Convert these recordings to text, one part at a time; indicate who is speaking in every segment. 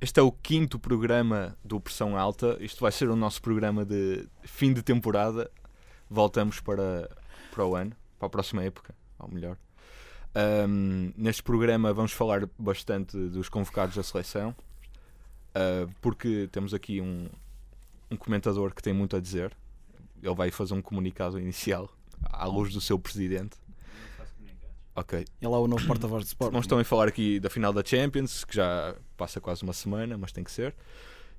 Speaker 1: Este é o quinto programa do Pressão Alta. Isto vai ser o nosso programa de fim de temporada. Voltamos para, para o ano, para a próxima época, ou melhor. Ahm, neste programa vamos falar bastante dos convocados da seleção, ah, porque temos aqui um, um comentador que tem muito a dizer. Ele vai fazer um comunicado inicial à luz do seu presidente. Ok.
Speaker 2: Ele é o novo porta-voz de Sport.
Speaker 1: Vamos também falar aqui da final da Champions, que já passa quase uma semana, mas tem que ser.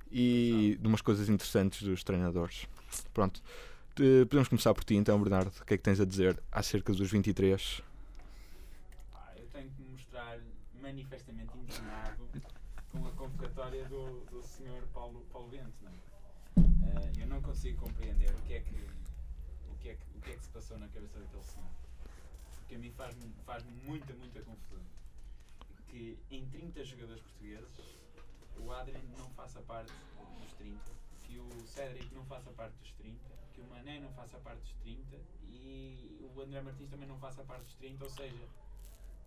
Speaker 1: E de umas coisas interessantes dos treinadores. Pronto. Eh, Podemos começar por ti então, Bernardo. O que é que tens a dizer acerca dos 23?
Speaker 3: Pá, Ah, eu tenho que me mostrar manifestamente indignado com a convocatória do, do senhor Paulo, Paulo Bento. Não é? Eh, eu não consigo compreender o que, é que, o, que é que, o que é que se passou na cabeça daquele senhor. Porque a mim faz-me faz muita, muita confusão. Que em 30 jogadores portugueses, o Adrian não faça parte dos 30, que o Cédric não faça parte dos 30, que o Mané não faça parte dos 30 e o André Martins também não faça parte dos 30, ou seja,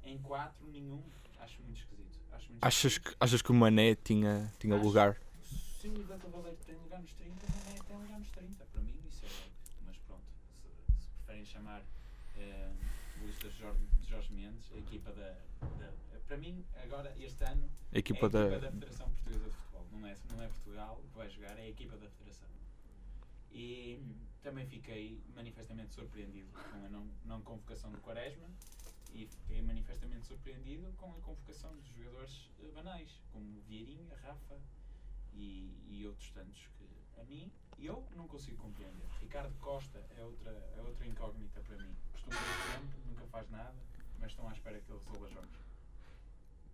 Speaker 3: em 4 nenhum, acho muito esquisito. Acho muito
Speaker 1: Achas que, achas que o Mané tinha, tinha lugar?
Speaker 3: esquisito. Se o Dante Valdeiro tem lugar nos 30, o Mané tem um lugar nos 30, para mim isso é óbvio. Mas pronto, se, se preferem chamar eh, Luís de Jorge, de Jorge Mendes, a equipa da, da. Para mim, agora, este ano,
Speaker 1: A equipa
Speaker 3: é a equipa
Speaker 1: da.
Speaker 3: da Federação Portuguesa de Futebol. Não é, não é Portugal que vai jogar, é a equipa da Federação. E também fiquei manifestamente surpreendido com a não, não convocação do Quaresma e fiquei manifestamente surpreendido com a convocação de jogadores eh, banais, como Vieirinha, Rafa e, e outros tantos que a mim eu não consigo compreender. Ricardo Costa é outra, é outra incógnita para mim. Costuma ter tempo, nunca faz nada, mas estão à espera que ele resolva jogos.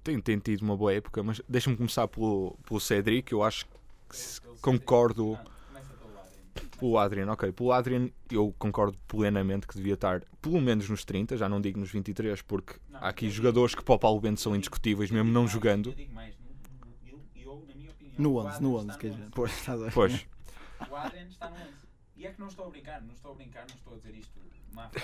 Speaker 1: Tem, tem tido uma boa época, mas deixa-me começar pelo, pelo Cédric. Eu acho que se-
Speaker 3: Ele- ele-
Speaker 1: concordo.
Speaker 3: Ah, começa pelo lado.
Speaker 1: Pelo Adrian, ok. Pelo Adrian, eu concordo plenamente que devia estar pelo menos nos 30, já não digo nos 23, porque
Speaker 3: Não,
Speaker 1: há aqui
Speaker 3: eu digo-
Speaker 1: jogadores que para o Paulo Bento são indiscutíveis, mesmo não jogando.
Speaker 3: Eu digo mais, eu- eu- eu, na minha opinião,
Speaker 2: No
Speaker 3: o
Speaker 2: 11,
Speaker 3: Adrian
Speaker 2: no
Speaker 3: está
Speaker 2: 11, quer dizer.
Speaker 3: 11.
Speaker 2: Pois, tá estás a ver?
Speaker 1: Pois,
Speaker 3: Né? O Adrian está no 11. E é que não estou a brincar, não estou a brincar, não estou a dizer isto de má fé.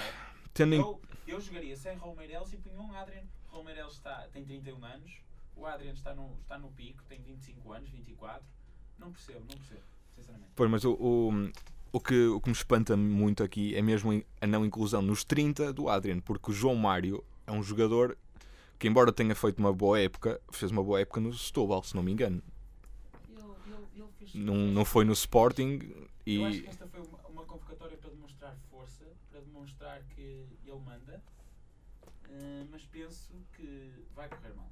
Speaker 1: tendo em,
Speaker 3: Eu, eu jogaria sem Romeireles e punha um Adrian. Romeireles está, tem 31 anos, o Adrian está no, está no pico, tem 25 anos, 24. Não percebo, não percebo, sinceramente.
Speaker 1: pois mas o, o, o que, o que me espanta muito aqui é mesmo a não inclusão nos 30 do Adrian, porque o João Mário é um jogador que, embora tenha feito uma boa época, fez uma boa época no Setúbal, se não me engano.
Speaker 3: Ele, ele, ele fez,
Speaker 1: Não, não foi no Sporting
Speaker 3: Eu acho
Speaker 1: e.
Speaker 3: que é assim. esta foi uma, uma convocatória para demonstrar força, para demonstrar que ele manda, eh, mas penso que vai correr mal.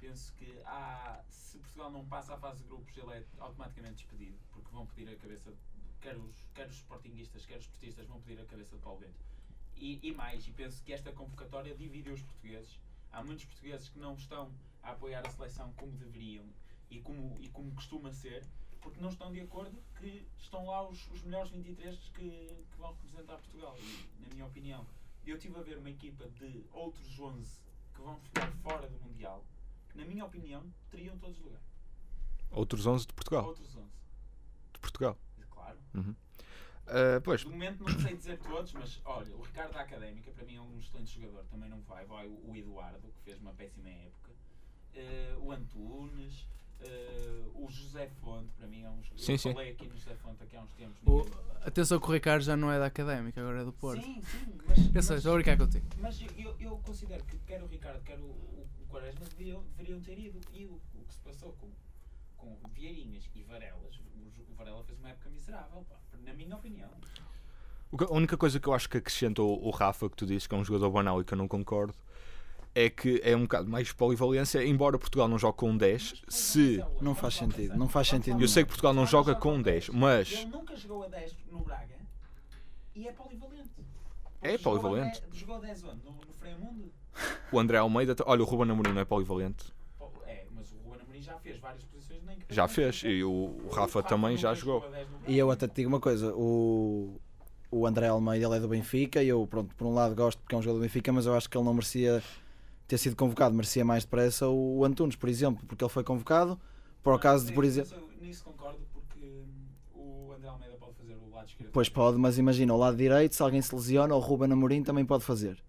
Speaker 3: Penso que há, se Portugal não passa à fase de grupos, ele é automaticamente despedido, porque vão pedir a cabeça, de- quer os, quer os sportinguistas, quer os portistas, vão pedir a cabeça de Paulo Bento. E, e mais, e penso que esta convocatória divide os portugueses. Há muitos portugueses que não estão a apoiar a seleção como deveriam e como, e como costuma ser, porque não estão de acordo que estão lá os, os melhores 23 que, que vão representar Portugal, e, na minha opinião. Eu estive a ver uma equipa de outros 11 que vão ficar fora do Mundial, que, na minha opinião, teriam todos lugar.
Speaker 1: Outros 11 de Portugal.
Speaker 3: Outros 11,
Speaker 1: De Portugal.
Speaker 3: claro.
Speaker 1: Ah, pois,
Speaker 3: De momento não sei dizer todos, mas olha, o Ricardo da Académica para mim é um excelente jogador, também não vai. Vai o o Eduardo, que fez uma péssima época, eh, o Antunes, eh, o José Fonte, para mim é um jogador.
Speaker 1: Sim,
Speaker 3: Eu
Speaker 1: sim.
Speaker 3: falei aqui no José Fonte aqui há uns tempos.
Speaker 4: O,
Speaker 3: ninguém-
Speaker 4: atenção que o Ricardo já não é da académica, agora é do Porto.
Speaker 3: Sim, sim, mas.
Speaker 2: é
Speaker 4: Eu sei,
Speaker 3: mas-
Speaker 4: estou a brincar contigo.
Speaker 3: mas eu, eu considero que quer o Ricardo, quer o, o, o Quaresma deveriam, deveriam ter ido. E o, o que se passou com, com Vieirinhas e Varelas, o, o Varela fez uma época miserável, pá, na minha opinião.
Speaker 1: O que- A única coisa que eu acho que acrescenta o o Rafa, que tu dizes que é um jogador banal e que eu não concordo, é que é um bocado mais polivalência, embora Portugal não jogue com um 10. Se.
Speaker 3: é
Speaker 2: Não faz sentido, não faz sentido
Speaker 1: Eu sei que Portugal não joga com um 10, mas.
Speaker 3: Ele nunca jogou a 10 no Braga e é polivalente.
Speaker 1: É
Speaker 3: Jogou a
Speaker 1: polivalente.
Speaker 3: 10 Jogou a 10 onde? No, no Fremundo?
Speaker 1: O André Almeida. Olha, o Ruben Amorim não é polivalente.
Speaker 3: Pô, É, mas o Ruben Amorim já fez várias posições nem que
Speaker 1: Já fez. E o o Rafa também já
Speaker 3: nunca
Speaker 1: jogou.
Speaker 3: a 10 no Braga.
Speaker 2: E eu até te digo uma coisa, o, o André Almeida ele é do Benfica, e eu pronto, por um lado gosto porque é um jogador do Benfica, mas eu acho que ele não merecia ter sido convocado, merecia mais depressa o, o Antunes, por exemplo, porque ele foi convocado, por acaso de por exemplo.
Speaker 3: Mas eu Nisso concordo porque hum, o André Almeida pode fazer o lado esquerdo.
Speaker 2: Pois pode, mas imagina, o lado direito, se alguém se lesiona, o Ruben Amorim também pode fazer.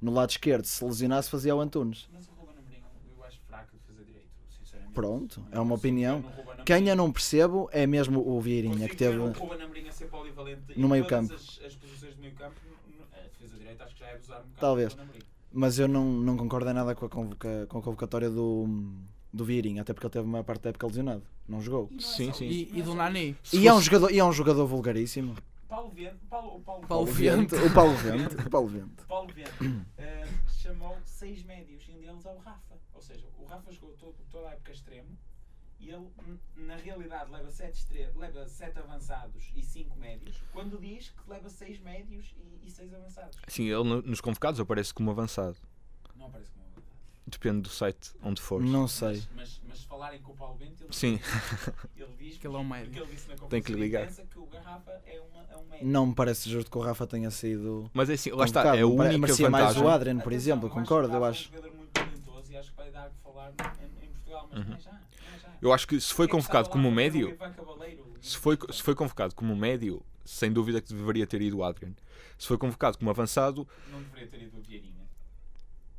Speaker 2: No lado esquerdo, se lesionasse, fazia o Antunes.
Speaker 3: Mas o Ruben Amorim eu acho fraco de fazer direito, sinceramente.
Speaker 2: Pronto, é
Speaker 3: Não
Speaker 2: uma
Speaker 3: consigo
Speaker 2: opinião.
Speaker 3: ver um Ruben Amorim-
Speaker 2: Quem eu não percebo é mesmo o Vieirinha, que
Speaker 3: consigo ver
Speaker 2: teve.
Speaker 3: um Ruben Amorim a ser polivalente em
Speaker 2: no meio
Speaker 3: todas
Speaker 2: campo.
Speaker 3: As, as posições do meio campo, no- a defesa direita acho que já é abusar um bocado. do
Speaker 2: Talvez.
Speaker 3: Ruben Amorim.
Speaker 2: Mas eu não, não concordo em nada com a, convoca- com a convocatória do, do Vieirinha, até porque ele teve a maior parte da época lesionado. Não jogou.
Speaker 3: E não é
Speaker 1: Sim,
Speaker 3: só
Speaker 1: sim.
Speaker 3: isso,
Speaker 4: E,
Speaker 3: não
Speaker 4: e
Speaker 3: é
Speaker 4: do
Speaker 3: só
Speaker 4: Nani.
Speaker 1: Se
Speaker 2: E é, um
Speaker 1: fosse-
Speaker 2: jogador, e é um jogador vulgaríssimo.
Speaker 3: isso. Paulo Vento, Paulo, o Paulo,
Speaker 4: Paulo
Speaker 3: Vento-
Speaker 4: Vento.
Speaker 2: O Paulo Vento. O Paulo Vento.
Speaker 3: Paulo Vento eh, chamou seis médios e um deles é o Rafa. Ou seja, o Rafa jogou todo, toda a época extremo e ele, n- na realidade, leva sete, estre- leva sete avançados e cinco médios, quando diz que leva seis médios e, e seis avançados.
Speaker 1: Sim, ele no- nos convocados aparece como avançado.
Speaker 3: Não parece como uma verdade.
Speaker 1: Depende do site onde for.
Speaker 2: Não sei.
Speaker 3: Mas, mas, mas se falarem com o Paulo Bento, ele,
Speaker 1: Sim,
Speaker 3: ele diz
Speaker 4: Que ele é um médio.
Speaker 3: porque ele disse na conferência
Speaker 1: Tem que lhe
Speaker 3: de
Speaker 1: ligar.
Speaker 3: imprensa que o Rafa é, uma, é um médio.
Speaker 2: Não me parece justo que o Rafa tenha sido.
Speaker 1: mas é assim, lá está,
Speaker 2: convocado.
Speaker 1: é a
Speaker 2: Pare-
Speaker 1: única
Speaker 2: merecia mais
Speaker 1: vantagem.
Speaker 2: o Adrian, por
Speaker 3: Atenção,
Speaker 2: exemplo, eu
Speaker 3: acho que o
Speaker 2: concordo, eu
Speaker 3: Rafa
Speaker 2: acho.
Speaker 3: É um jogador muito talentoso e acho que vai dar de falar em, em Portugal,
Speaker 2: Uhum.
Speaker 3: mas não é já. Não é já.
Speaker 1: Eu acho que se foi convocado como médio, se foi, se foi convocado como médio, sem dúvida que deveria ter ido o Adrian. Se foi convocado como avançado,
Speaker 3: Não deveria ter ido o Vieirinha.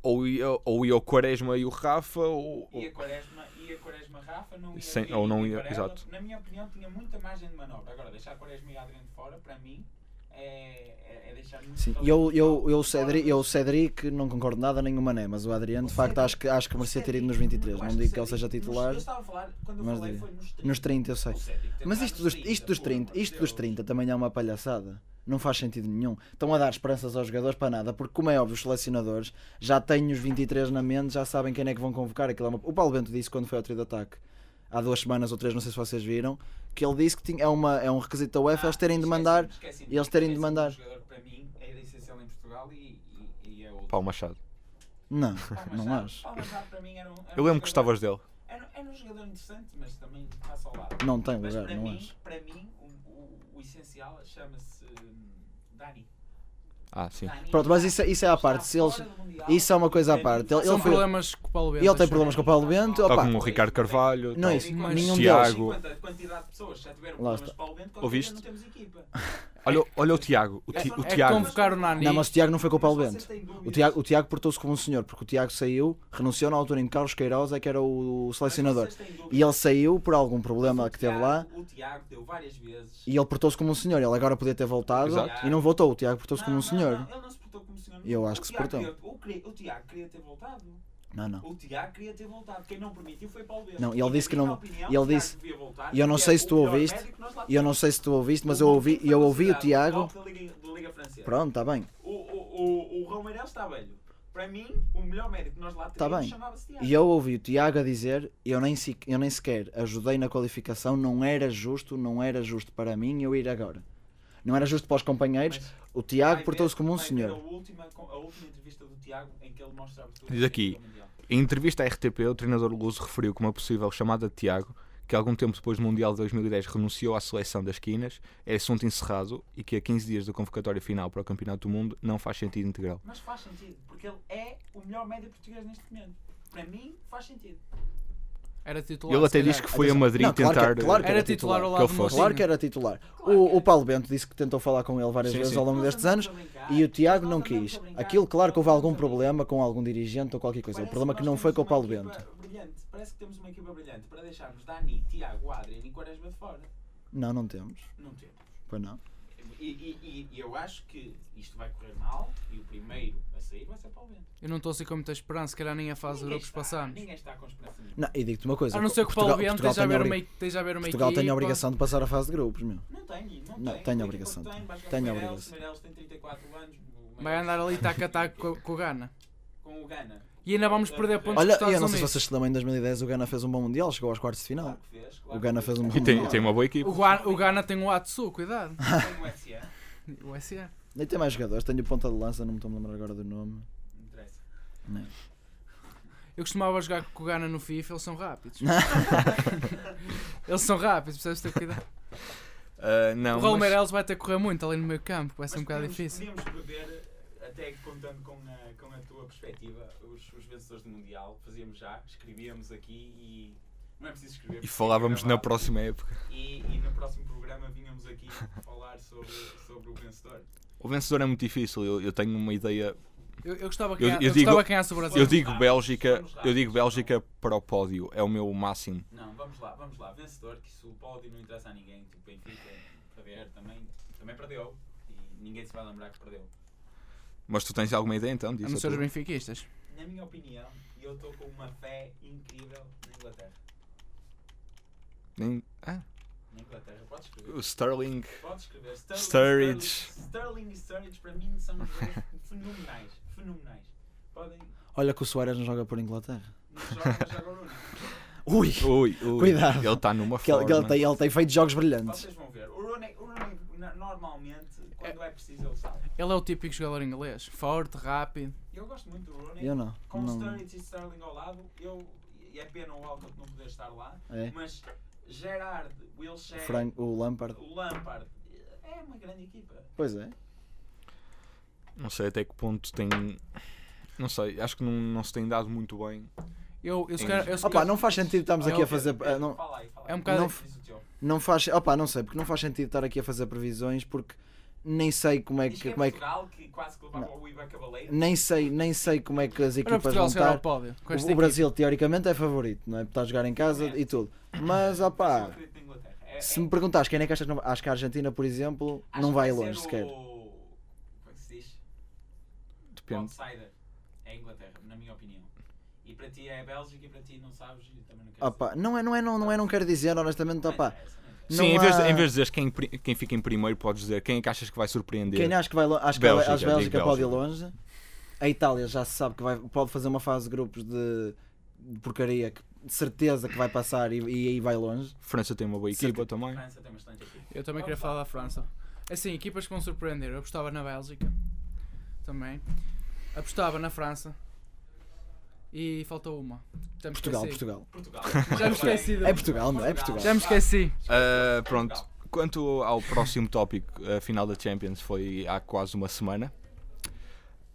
Speaker 1: ou ia, ou ia o Quaresma e o Rafa, ou,
Speaker 3: E a
Speaker 1: ou-
Speaker 3: Quaresma, e a Quaresma Rafa não ia.
Speaker 1: Sem-
Speaker 3: Vieirinha
Speaker 1: ou não
Speaker 3: e
Speaker 1: ia-
Speaker 3: Varela.
Speaker 1: exato.
Speaker 3: Na minha opinião, tinha muita margem de manobra. Agora, deixar Quaresma e Adriano de fora, para mim, é, é, é deixar muito.
Speaker 2: Sim,
Speaker 3: talento
Speaker 2: eu, eu,
Speaker 3: fora.
Speaker 2: eu, Cedric, eu Cedric não concordo nada nem o Mané, mas o Adriano de facto acho que, acho que merecia ter ido nos 23.
Speaker 3: Eu
Speaker 2: Não
Speaker 3: acho
Speaker 2: digo que ele
Speaker 3: Cedric
Speaker 2: seja
Speaker 3: nos-
Speaker 2: titular.
Speaker 3: Eu estava a falar, quando eu
Speaker 2: mas
Speaker 3: falei,
Speaker 2: diria.
Speaker 3: foi nos 30.
Speaker 2: Nos 30, eu sei.
Speaker 3: O Cedric tem
Speaker 2: Mas
Speaker 3: que
Speaker 2: isto
Speaker 3: estar
Speaker 2: dos,
Speaker 3: nos
Speaker 2: isto dos
Speaker 3: pelo amor
Speaker 2: 30,
Speaker 3: de
Speaker 2: isto dos
Speaker 3: Deus.
Speaker 2: 30 também é uma palhaçada. Não faz sentido nenhum. Estão a dar esperanças aos jogadores para nada, porque, como é óbvio, os selecionadores já têm os 23 na mente, já sabem quem é que vão convocar. Aquilo é uma- O Paulo Bento disse quando foi ao trio de ataque, há duas semanas ou três, não sei se vocês viram, que ele disse que tinha, é, uma, é um requisito da
Speaker 3: Ah,
Speaker 2: UEFA eles terem de mandar. e eles terem de mandar.
Speaker 3: Um jogador que para mim era essencial em Portugal e, e, e é outro.
Speaker 1: Paulo Machado.
Speaker 2: Não,
Speaker 3: Pá, mas
Speaker 2: não
Speaker 3: sabe,
Speaker 2: acho.
Speaker 3: Pá, mas sabe, para mim era
Speaker 1: Eu
Speaker 3: um, era um
Speaker 1: lembro que
Speaker 3: jogador-
Speaker 1: gostavas dele.
Speaker 3: Era, era um jogador interessante, mas também passa ao lado.
Speaker 2: Não tem
Speaker 3: Mas
Speaker 2: lugar,
Speaker 3: para
Speaker 2: É não
Speaker 3: mim,
Speaker 2: acho.
Speaker 3: para mim o, o, o essencial chama-se hum, Dani.
Speaker 1: Ah, sim.
Speaker 3: Dani
Speaker 2: Pronto, mas isso, é- isso é à
Speaker 3: está
Speaker 2: parte. Se eles,
Speaker 3: fora do Mundial.
Speaker 2: isso é uma coisa à parte. Ele,
Speaker 4: São
Speaker 2: ele, foi-
Speaker 4: problemas com o Paulo Bento.
Speaker 2: ele tem
Speaker 4: acho.
Speaker 2: problemas com o Paulo Bento.
Speaker 1: Tal
Speaker 2: opa,
Speaker 1: como o Ricardo Carvalho.
Speaker 2: Não,
Speaker 3: é
Speaker 1: tal.
Speaker 2: isso,
Speaker 4: Mas
Speaker 2: nenhum deles.
Speaker 1: Tiago.
Speaker 3: Enquanto a quantidade de pessoas já tiveram
Speaker 2: Lá
Speaker 3: problemas
Speaker 2: está.
Speaker 3: de Paulo Bento, com
Speaker 1: Ouviste?
Speaker 3: certeza não temos equipa.
Speaker 1: Olha, olha o Tiago. O,
Speaker 3: É
Speaker 1: Ti-
Speaker 3: só-
Speaker 1: o
Speaker 3: é
Speaker 1: Tiago.
Speaker 4: como- Convocar o Nani.
Speaker 2: Não, mas o Tiago não foi com o Paulo
Speaker 3: Mas
Speaker 2: Bento.
Speaker 3: vocês têm dúvidas?
Speaker 2: O Tiago, o Tiago portou-se como um senhor, porque o Tiago saiu, renunciou na altura em que Carlos Queiroz é que era o selecionador.
Speaker 3: Mas vocês têm dúvidas?
Speaker 2: E ele saiu por algum problema
Speaker 3: O
Speaker 2: que teve
Speaker 3: Tiago-
Speaker 2: lá
Speaker 3: O Tiago deu várias vezes.
Speaker 2: e ele portou-se como um senhor. Ele agora podia ter voltado
Speaker 1: Exato.
Speaker 2: e não voltou. O Tiago portou-se
Speaker 3: Não,
Speaker 2: como um
Speaker 3: não,
Speaker 2: senhor.
Speaker 3: não, ele não se portou como senhor.
Speaker 2: Eu
Speaker 3: O
Speaker 2: acho que se
Speaker 3: Tiago
Speaker 2: portou.
Speaker 3: queria- o queria- O Tiago queria ter voltado.
Speaker 2: Não, não.
Speaker 3: O Tiago queria ter voltado. Quem não permitiu foi Paulo Bento.
Speaker 2: Não, ele
Speaker 3: E na
Speaker 2: disse que
Speaker 3: minha
Speaker 2: não-
Speaker 3: opinião,
Speaker 2: ele
Speaker 3: o Tiago
Speaker 2: disse-
Speaker 3: devia voltar,
Speaker 2: e eu não
Speaker 3: porque é
Speaker 2: sei se
Speaker 3: o
Speaker 2: tu
Speaker 3: melhor
Speaker 2: ouviste,
Speaker 3: médico que nós lá
Speaker 2: E eu
Speaker 3: temos.
Speaker 2: não sei se tu ouviste, mas eu ouvi, eu ouvi o Tiago.
Speaker 3: Da Liga, da Liga Francesa.
Speaker 2: Pronto, está bem.
Speaker 3: O, o, o, o Romeirão está velho. Para mim, o melhor médico que nós lá
Speaker 2: Está
Speaker 3: temos
Speaker 2: bem.
Speaker 3: chamava-se Tiago.
Speaker 2: E eu ouvi o Tiago a dizer: eu nem, se- eu nem sequer ajudei na qualificação, não era justo, não era justo para mim eu ir agora. Não era justo para os companheiros.
Speaker 3: Mas
Speaker 2: O
Speaker 3: vai
Speaker 2: Tiago
Speaker 3: ver-
Speaker 2: portou-se como um
Speaker 3: vai ver
Speaker 2: senhor.
Speaker 3: A última, co- a última entrevista do Tiago em que ele mostra tudo.
Speaker 1: Diz aqui. Em entrevista à RTP, o treinador Luso referiu que uma possível chamada de Tiago, que algum tempo depois do Mundial de 2010 renunciou à seleção das quinas, é assunto encerrado e que a 15 dias da convocatória final para o Campeonato do Mundo não faz sentido integral.
Speaker 3: Mas faz sentido, porque ele é o melhor médio português neste momento. Para mim, faz sentido.
Speaker 4: Era titular.
Speaker 1: Ele
Speaker 4: se
Speaker 1: até diz que
Speaker 4: calhar.
Speaker 1: foi a
Speaker 2: Atenção.
Speaker 1: Madrid
Speaker 2: Não, claro que-
Speaker 1: tentar. eh,
Speaker 2: claro que
Speaker 4: é- Era tipo titular ao
Speaker 1: que
Speaker 4: lado
Speaker 1: ele
Speaker 4: do
Speaker 1: fosse.
Speaker 2: Claro
Speaker 4: Mocinho.
Speaker 2: que é. era titular.
Speaker 3: Claro que
Speaker 2: O,
Speaker 3: era.
Speaker 2: o Paulo Bento disse que tentou falar com ele várias
Speaker 1: Sim,
Speaker 2: vezes
Speaker 1: sim.
Speaker 2: ao longo
Speaker 3: Nós
Speaker 2: destes
Speaker 3: andamos
Speaker 2: anos
Speaker 3: a brincar.
Speaker 2: e o Tiago
Speaker 3: Nós
Speaker 2: não
Speaker 3: andamos
Speaker 2: quis.
Speaker 3: a brincar.
Speaker 2: Aquilo, claro que houve
Speaker 3: Nós
Speaker 2: algum
Speaker 3: andamos a brincar.
Speaker 2: problema com algum dirigente ou qualquer coisa. O
Speaker 3: Parece
Speaker 2: problema é
Speaker 3: que
Speaker 2: que
Speaker 3: nós
Speaker 2: não foi com o
Speaker 3: temos
Speaker 2: Paulo
Speaker 3: uma
Speaker 2: Bento.
Speaker 3: equipa brilhante. Parece que temos uma equipa brilhante para deixarmos Dani, Tiago, Adrian e Quaresma de fora.
Speaker 2: Não, não temos.
Speaker 3: Não temos.
Speaker 2: Pois não.
Speaker 3: E, e- e- e eu acho que isto vai correr mal e o primeiro a sair vai ser Paulo Bento.
Speaker 4: Eu não estou assim com muita esperança, se calhar nem a fase de
Speaker 3: Ninguém
Speaker 4: grupos
Speaker 3: está-
Speaker 4: passamos.
Speaker 3: Ninguém está com esperança nenhuma.
Speaker 2: Não, e digo-te uma coisa.
Speaker 4: A não ser que o
Speaker 2: Portugal,
Speaker 4: Paulo Bento
Speaker 2: Portugal,
Speaker 4: esteja a
Speaker 2: tem,
Speaker 4: ver
Speaker 2: obri-
Speaker 4: uma, esteja a ver uma
Speaker 2: Portugal
Speaker 4: equipa.
Speaker 2: tem a obrigação de passar à fase de grupos, meu.
Speaker 3: Não tem, não,
Speaker 2: Não,
Speaker 3: tem.
Speaker 2: tem
Speaker 3: Tem
Speaker 2: obrigação.
Speaker 3: equipa que Tem, vai jogar
Speaker 2: Tem
Speaker 3: com o Meireles,
Speaker 2: obrigação.
Speaker 3: o Meireles tem 34 anos. o
Speaker 4: Vai andar ali
Speaker 3: Meireles-
Speaker 4: tac a tac co- com o Gana.
Speaker 3: é Com o Gana.
Speaker 4: E ainda vamos perder pontos
Speaker 2: Olha,
Speaker 4: com os
Speaker 2: eu não sei
Speaker 4: Estados
Speaker 2: se
Speaker 4: Unidos.
Speaker 2: vocês se lembram, em 2010 o Gana fez um bom Mundial, chegou aos quartos de final.
Speaker 3: Claro que fez, claro
Speaker 2: O
Speaker 3: que
Speaker 2: Gana
Speaker 3: fez.
Speaker 2: fez um bom
Speaker 1: E tem,
Speaker 2: Mundial.
Speaker 1: tem uma boa equipe.
Speaker 4: O, Gua- o Gana tem o Atsu, cuidado.
Speaker 3: Tem um o SA,
Speaker 4: O SA.
Speaker 2: Nem tem mais jogadores, tenho o ponta de lança, não me estou a lembrar agora do nome.
Speaker 3: não interessa.
Speaker 2: Não.
Speaker 4: Eu costumava jogar com o Gana no FIFA, eles são rápidos. eles são rápidos, percebes? Ter cuidado.
Speaker 1: Ah, não,
Speaker 4: o Raul
Speaker 1: mas-
Speaker 4: Meireles vai ter que correr muito ali no meio campo, vai ser um
Speaker 3: Mas
Speaker 4: bocado
Speaker 3: podíamos-
Speaker 4: difícil.
Speaker 3: Podíamos prever, eh, até contando com a, com a tua perspectiva, os, os vencedores do Mundial. Fazíamos já, escrevíamos aqui e. Não é preciso escrever.
Speaker 1: E
Speaker 3: porque
Speaker 1: falávamos
Speaker 3: fica gravado.
Speaker 1: na próxima época.
Speaker 3: E, e no próximo programa vinhamos aqui falar sobre, sobre o vencedor.
Speaker 1: O vencedor é muito difícil. Eu, eu tenho uma ideia
Speaker 4: Eu, eu gostava que
Speaker 1: Eu-
Speaker 4: ganha-
Speaker 1: eu
Speaker 4: eu gostava
Speaker 1: digo-
Speaker 4: que ganhasse o Brasil.
Speaker 1: Eu digo
Speaker 3: rápidos,
Speaker 1: Bélgica,
Speaker 3: vamos
Speaker 1: eu digo
Speaker 3: rápidos.
Speaker 1: Bélgica para o pódio, é o meu máximo.
Speaker 3: Não, vamos lá, vamos lá. Vencedor, que isso o pódio não interessa a ninguém. Tipo, Benfica, perder também, também perdeu. E ninguém se vai lembrar que perdeu.
Speaker 1: Mas tu tens alguma ideia então
Speaker 4: A
Speaker 1: disso?
Speaker 4: não ser os
Speaker 1: Arthur?
Speaker 4: benfiquistas.
Speaker 3: Na minha opinião, e eu estou com uma fé incrível na Inglaterra.
Speaker 1: Nem- ah,
Speaker 3: Na Inglaterra, podes escrever.
Speaker 1: o Sterling.
Speaker 3: Podes escrever.
Speaker 1: Sturridge.
Speaker 3: Sterling e Sturridge para mim são os dois fenomenais. Fenomenais. Podem.
Speaker 2: Olha que o Soares não joga por Inglaterra.
Speaker 3: Não jogam, mas jogam Rooney.
Speaker 2: Ui!
Speaker 1: Ui, ui,
Speaker 2: Cuidado.
Speaker 1: Ele está numa
Speaker 2: Que ele,
Speaker 1: forma.
Speaker 2: que ele tem, ele tem feito jogos brilhantes.
Speaker 3: Vocês vão ver. O Rooney, o Rooney na- normalmente, quando é preciso, ele sabe.
Speaker 4: Ele é o típico jogador inglês. Forte, rápido.
Speaker 3: Eu gosto muito do Rooney.
Speaker 2: Eu não.
Speaker 3: Com
Speaker 2: não
Speaker 3: Sturridge e Sterling ao lado, eu. E é pena o Alcott não poder estar lá.
Speaker 2: é.
Speaker 3: Mas é- Gerard, Wilshere,
Speaker 2: Frank, o Lampard.
Speaker 3: o Lampard, é uma grande equipa.
Speaker 2: Pois é.
Speaker 1: Não sei até que ponto tem. Não sei, acho que não, não se tem dado muito bem.
Speaker 4: Eu, eu, se
Speaker 1: Sim.
Speaker 4: calhar- eu se
Speaker 2: Opa,
Speaker 4: calhar-
Speaker 2: não faz sentido estarmos
Speaker 4: É
Speaker 2: aqui
Speaker 4: o-
Speaker 2: a fazer. eh, Não,
Speaker 3: Fala aí, fala aí.
Speaker 4: É um bocado-
Speaker 3: Não diz o teu.
Speaker 2: não faz. Opa, não sei, porque não faz sentido estar aqui a fazer previsões porque nem sei como é
Speaker 3: Diz que
Speaker 2: que.
Speaker 3: é
Speaker 2: Como é que
Speaker 3: Portugal que quase que levava o Iba Cavaleiro.
Speaker 2: nem, sei, nem sei como é que as
Speaker 4: Olha o
Speaker 2: equipas vão
Speaker 4: Portugal chegar ao
Speaker 2: estar.
Speaker 4: pódio. Com esta
Speaker 2: O, o Brasil, teoricamente, é favorito, não é? Porque está a jogar em casa
Speaker 3: É.
Speaker 2: e tudo. Mas,
Speaker 3: Eu
Speaker 2: opá,
Speaker 3: acredito na Inglaterra. É-
Speaker 2: se
Speaker 3: é-
Speaker 2: me perguntares quem é que achas que não vai. Acho que a Argentina, por exemplo,
Speaker 3: acho
Speaker 2: não
Speaker 3: que
Speaker 2: vai
Speaker 3: ser
Speaker 2: longe
Speaker 3: o-
Speaker 2: sequer.
Speaker 3: Como é que se diz? O
Speaker 1: Depende.
Speaker 3: outsider é a Inglaterra, na minha opinião. E para ti é a Bélgica e para ti não sabes e também não queres.
Speaker 2: Opa, não é, não é, não, não é, não quero dizer, honestamente,
Speaker 3: saber. Não
Speaker 2: opá.
Speaker 3: interessa, não interessa.
Speaker 1: Sim,
Speaker 2: Não
Speaker 1: em, vez de,
Speaker 2: há-
Speaker 1: em vez de dizeres quem, pri- quem fica em primeiro, podes dizer quem é que achas que vai surpreender.
Speaker 2: Quem acho que vai longe, acho que
Speaker 1: Bélgica,
Speaker 2: a Bélgica,
Speaker 1: digo
Speaker 2: pode ir
Speaker 1: Bélgica.
Speaker 2: longe. A Itália já se sabe que vai, pode fazer uma fase de grupos de, de porcaria que de certeza que vai passar e, e aí vai longe.
Speaker 1: França tem uma boa
Speaker 2: Certo.
Speaker 1: equipa também.
Speaker 3: França tem uma excelente equipa.
Speaker 4: Eu também queria falar da França. Assim, equipas que vão surpreender. Eu apostava na Bélgica. Também. Apostava na França. E faltou uma. Já me
Speaker 2: Portugal,
Speaker 4: esqueci.
Speaker 2: Portugal.
Speaker 3: Portugal.
Speaker 4: Já me esqueci.
Speaker 2: É Portugal, não é? É Portugal.
Speaker 4: Já me esqueci.
Speaker 1: Ah, pronto, quanto ao próximo tópico, a final da Champions foi há quase uma semana.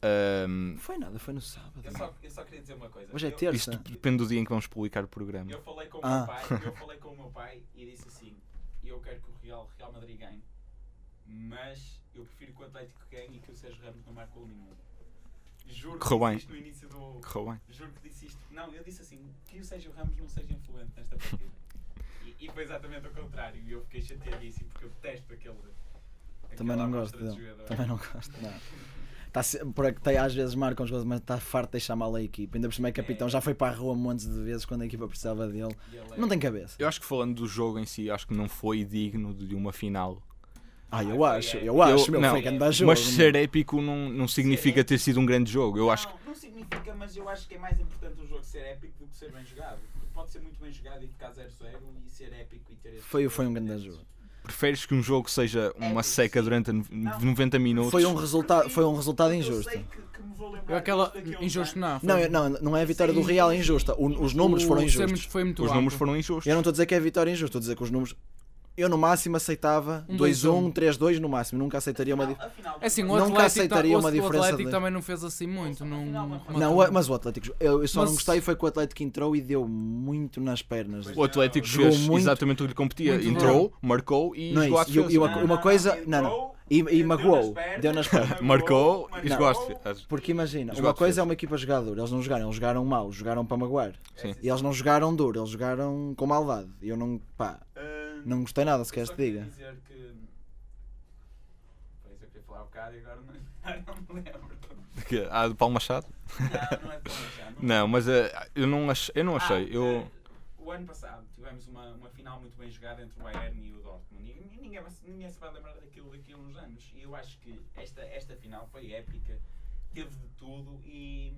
Speaker 1: Ahm,
Speaker 2: Não foi nada, foi no É sábado.
Speaker 3: Eu só, eu só queria dizer uma coisa.
Speaker 2: Hoje é
Speaker 3: Eu-
Speaker 2: terça.
Speaker 1: isto depende do dia em que vamos publicar o programa.
Speaker 3: Eu falei com o
Speaker 2: Ah.
Speaker 3: meu pai, eu falei com o meu pai e disse assim: eu quero que o Real, Real Madrid ganhe, mas eu prefiro que o Atlético ganhe e que o Sérgio Ramos não marque gol nenhum. Juro que
Speaker 1: Correu bem.
Speaker 3: disse isto no início do.
Speaker 1: Correu bem.
Speaker 3: Juro que disse isto. Não, eu disse assim: que o Sérgio Ramos não seja influente nesta partida. E, e foi exatamente ao contrário. E eu fiquei chateadíssimo porque eu detesto aquele.
Speaker 2: Também
Speaker 3: aquela
Speaker 2: não gosto
Speaker 3: amostra de
Speaker 2: dele.
Speaker 3: jogador.
Speaker 2: Também não gosto, não. Tá se- por aqui, tem, às vezes marcam os gols, mas está farto de deixar mal a equipa. Ainda por cima é capitão, já foi para a rua montes de vezes quando a equipa precisava dele.
Speaker 3: E ele é-
Speaker 2: Não tem cabeça.
Speaker 1: Eu acho que falando do jogo em si, acho que não foi digno de uma final.
Speaker 2: Ah, eu acho, eu acho, meu,
Speaker 1: não,
Speaker 2: foi grande jogo.
Speaker 1: mas
Speaker 2: meu.
Speaker 1: ser épico não, não significa ter sido um grande jogo. Eu acho que
Speaker 3: não, não significa, mas eu acho que é mais importante o jogo ser épico do que ser bem jogado. Porque pode ser muito bem jogado e ficar 0-0 e ser épico e ter esse
Speaker 2: Foi- foi um grande jogo.
Speaker 1: preferes que um jogo seja uma seca durante no-
Speaker 3: É Não.
Speaker 1: 90 minutos.
Speaker 2: Foi um, resultado foi um resultado
Speaker 3: Eu sei
Speaker 2: injusto.
Speaker 3: que, que me vou lembrar
Speaker 4: Eu aquela.
Speaker 3: disto daqui a uns
Speaker 4: Injusto
Speaker 3: anos.
Speaker 4: não. foi-
Speaker 2: Não, eu- não, não é a vitória do Real injusta. O- os números
Speaker 4: o-
Speaker 2: foram
Speaker 4: foi
Speaker 2: injustos.
Speaker 4: muito- Foi muito
Speaker 1: Os
Speaker 4: amplo.
Speaker 1: números foram injustos.
Speaker 2: Eu não estou a dizer que é a vitória injusta, estou a dizer que os números. Eu no máximo aceitava
Speaker 4: Um,
Speaker 2: 2-1,
Speaker 4: dois,
Speaker 2: 3-2 no máximo, nunca aceitaria uma. dif-
Speaker 3: Afinal- afinal,
Speaker 4: É assim, o
Speaker 2: Nunca
Speaker 4: Atlético,
Speaker 2: aceitaria
Speaker 4: o,
Speaker 2: uma
Speaker 4: o
Speaker 2: diferença
Speaker 4: Atlético
Speaker 2: de-
Speaker 4: também não fez assim muito. Não,
Speaker 3: Afinal, mas-
Speaker 2: Não, o- mas o Atlético. Eu, eu só não
Speaker 4: Mas-
Speaker 2: gostei foi que o Atlético entrou e deu muito nas pernas.
Speaker 1: O Atlético
Speaker 2: Jogou
Speaker 1: fez
Speaker 2: muito-
Speaker 1: exatamente o que lhe competia.
Speaker 4: muito
Speaker 1: Entrou, marcou e
Speaker 2: Não é
Speaker 1: jogou à
Speaker 2: isso. E-
Speaker 1: defesa.
Speaker 2: e uma- uma coisa- não, não. E- e
Speaker 3: deu
Speaker 2: magoou.
Speaker 3: nas pernas, é
Speaker 2: Deu nas pernas.
Speaker 1: Marcou e jogou à
Speaker 3: marcou.
Speaker 1: defesa.
Speaker 2: Porque imagina,
Speaker 1: Jogou à
Speaker 2: uma coisa
Speaker 1: defesa.
Speaker 2: é uma equipa jogadora, eles não jogaram, eles jogaram mal, jogaram para magoar.
Speaker 1: Sim.
Speaker 3: assim,
Speaker 2: E eles não jogaram duro, eles jogaram com maldade. E eu não, pá,
Speaker 3: Ah,
Speaker 2: não gostei nada, se
Speaker 3: eu
Speaker 2: queres
Speaker 3: só
Speaker 2: te
Speaker 3: queria
Speaker 2: diga.
Speaker 3: dizer que. Pois eu queria falar um bocado e agora não, não me lembro.
Speaker 1: Que- Ah, do Paulo Machado?
Speaker 3: Não, não é tão já, não
Speaker 1: Não, mas eh, eu não, ach- eu não achei.
Speaker 3: Ah,
Speaker 1: eu...
Speaker 3: eh, o ano passado tivemos uma, uma final muito bem jogada entre o Bayern e o Dortmund. E e ninguém, vai- ninguém se vai lembrar daquilo daqui a uns anos. E eu acho que esta, esta final foi épica, teve de tudo e.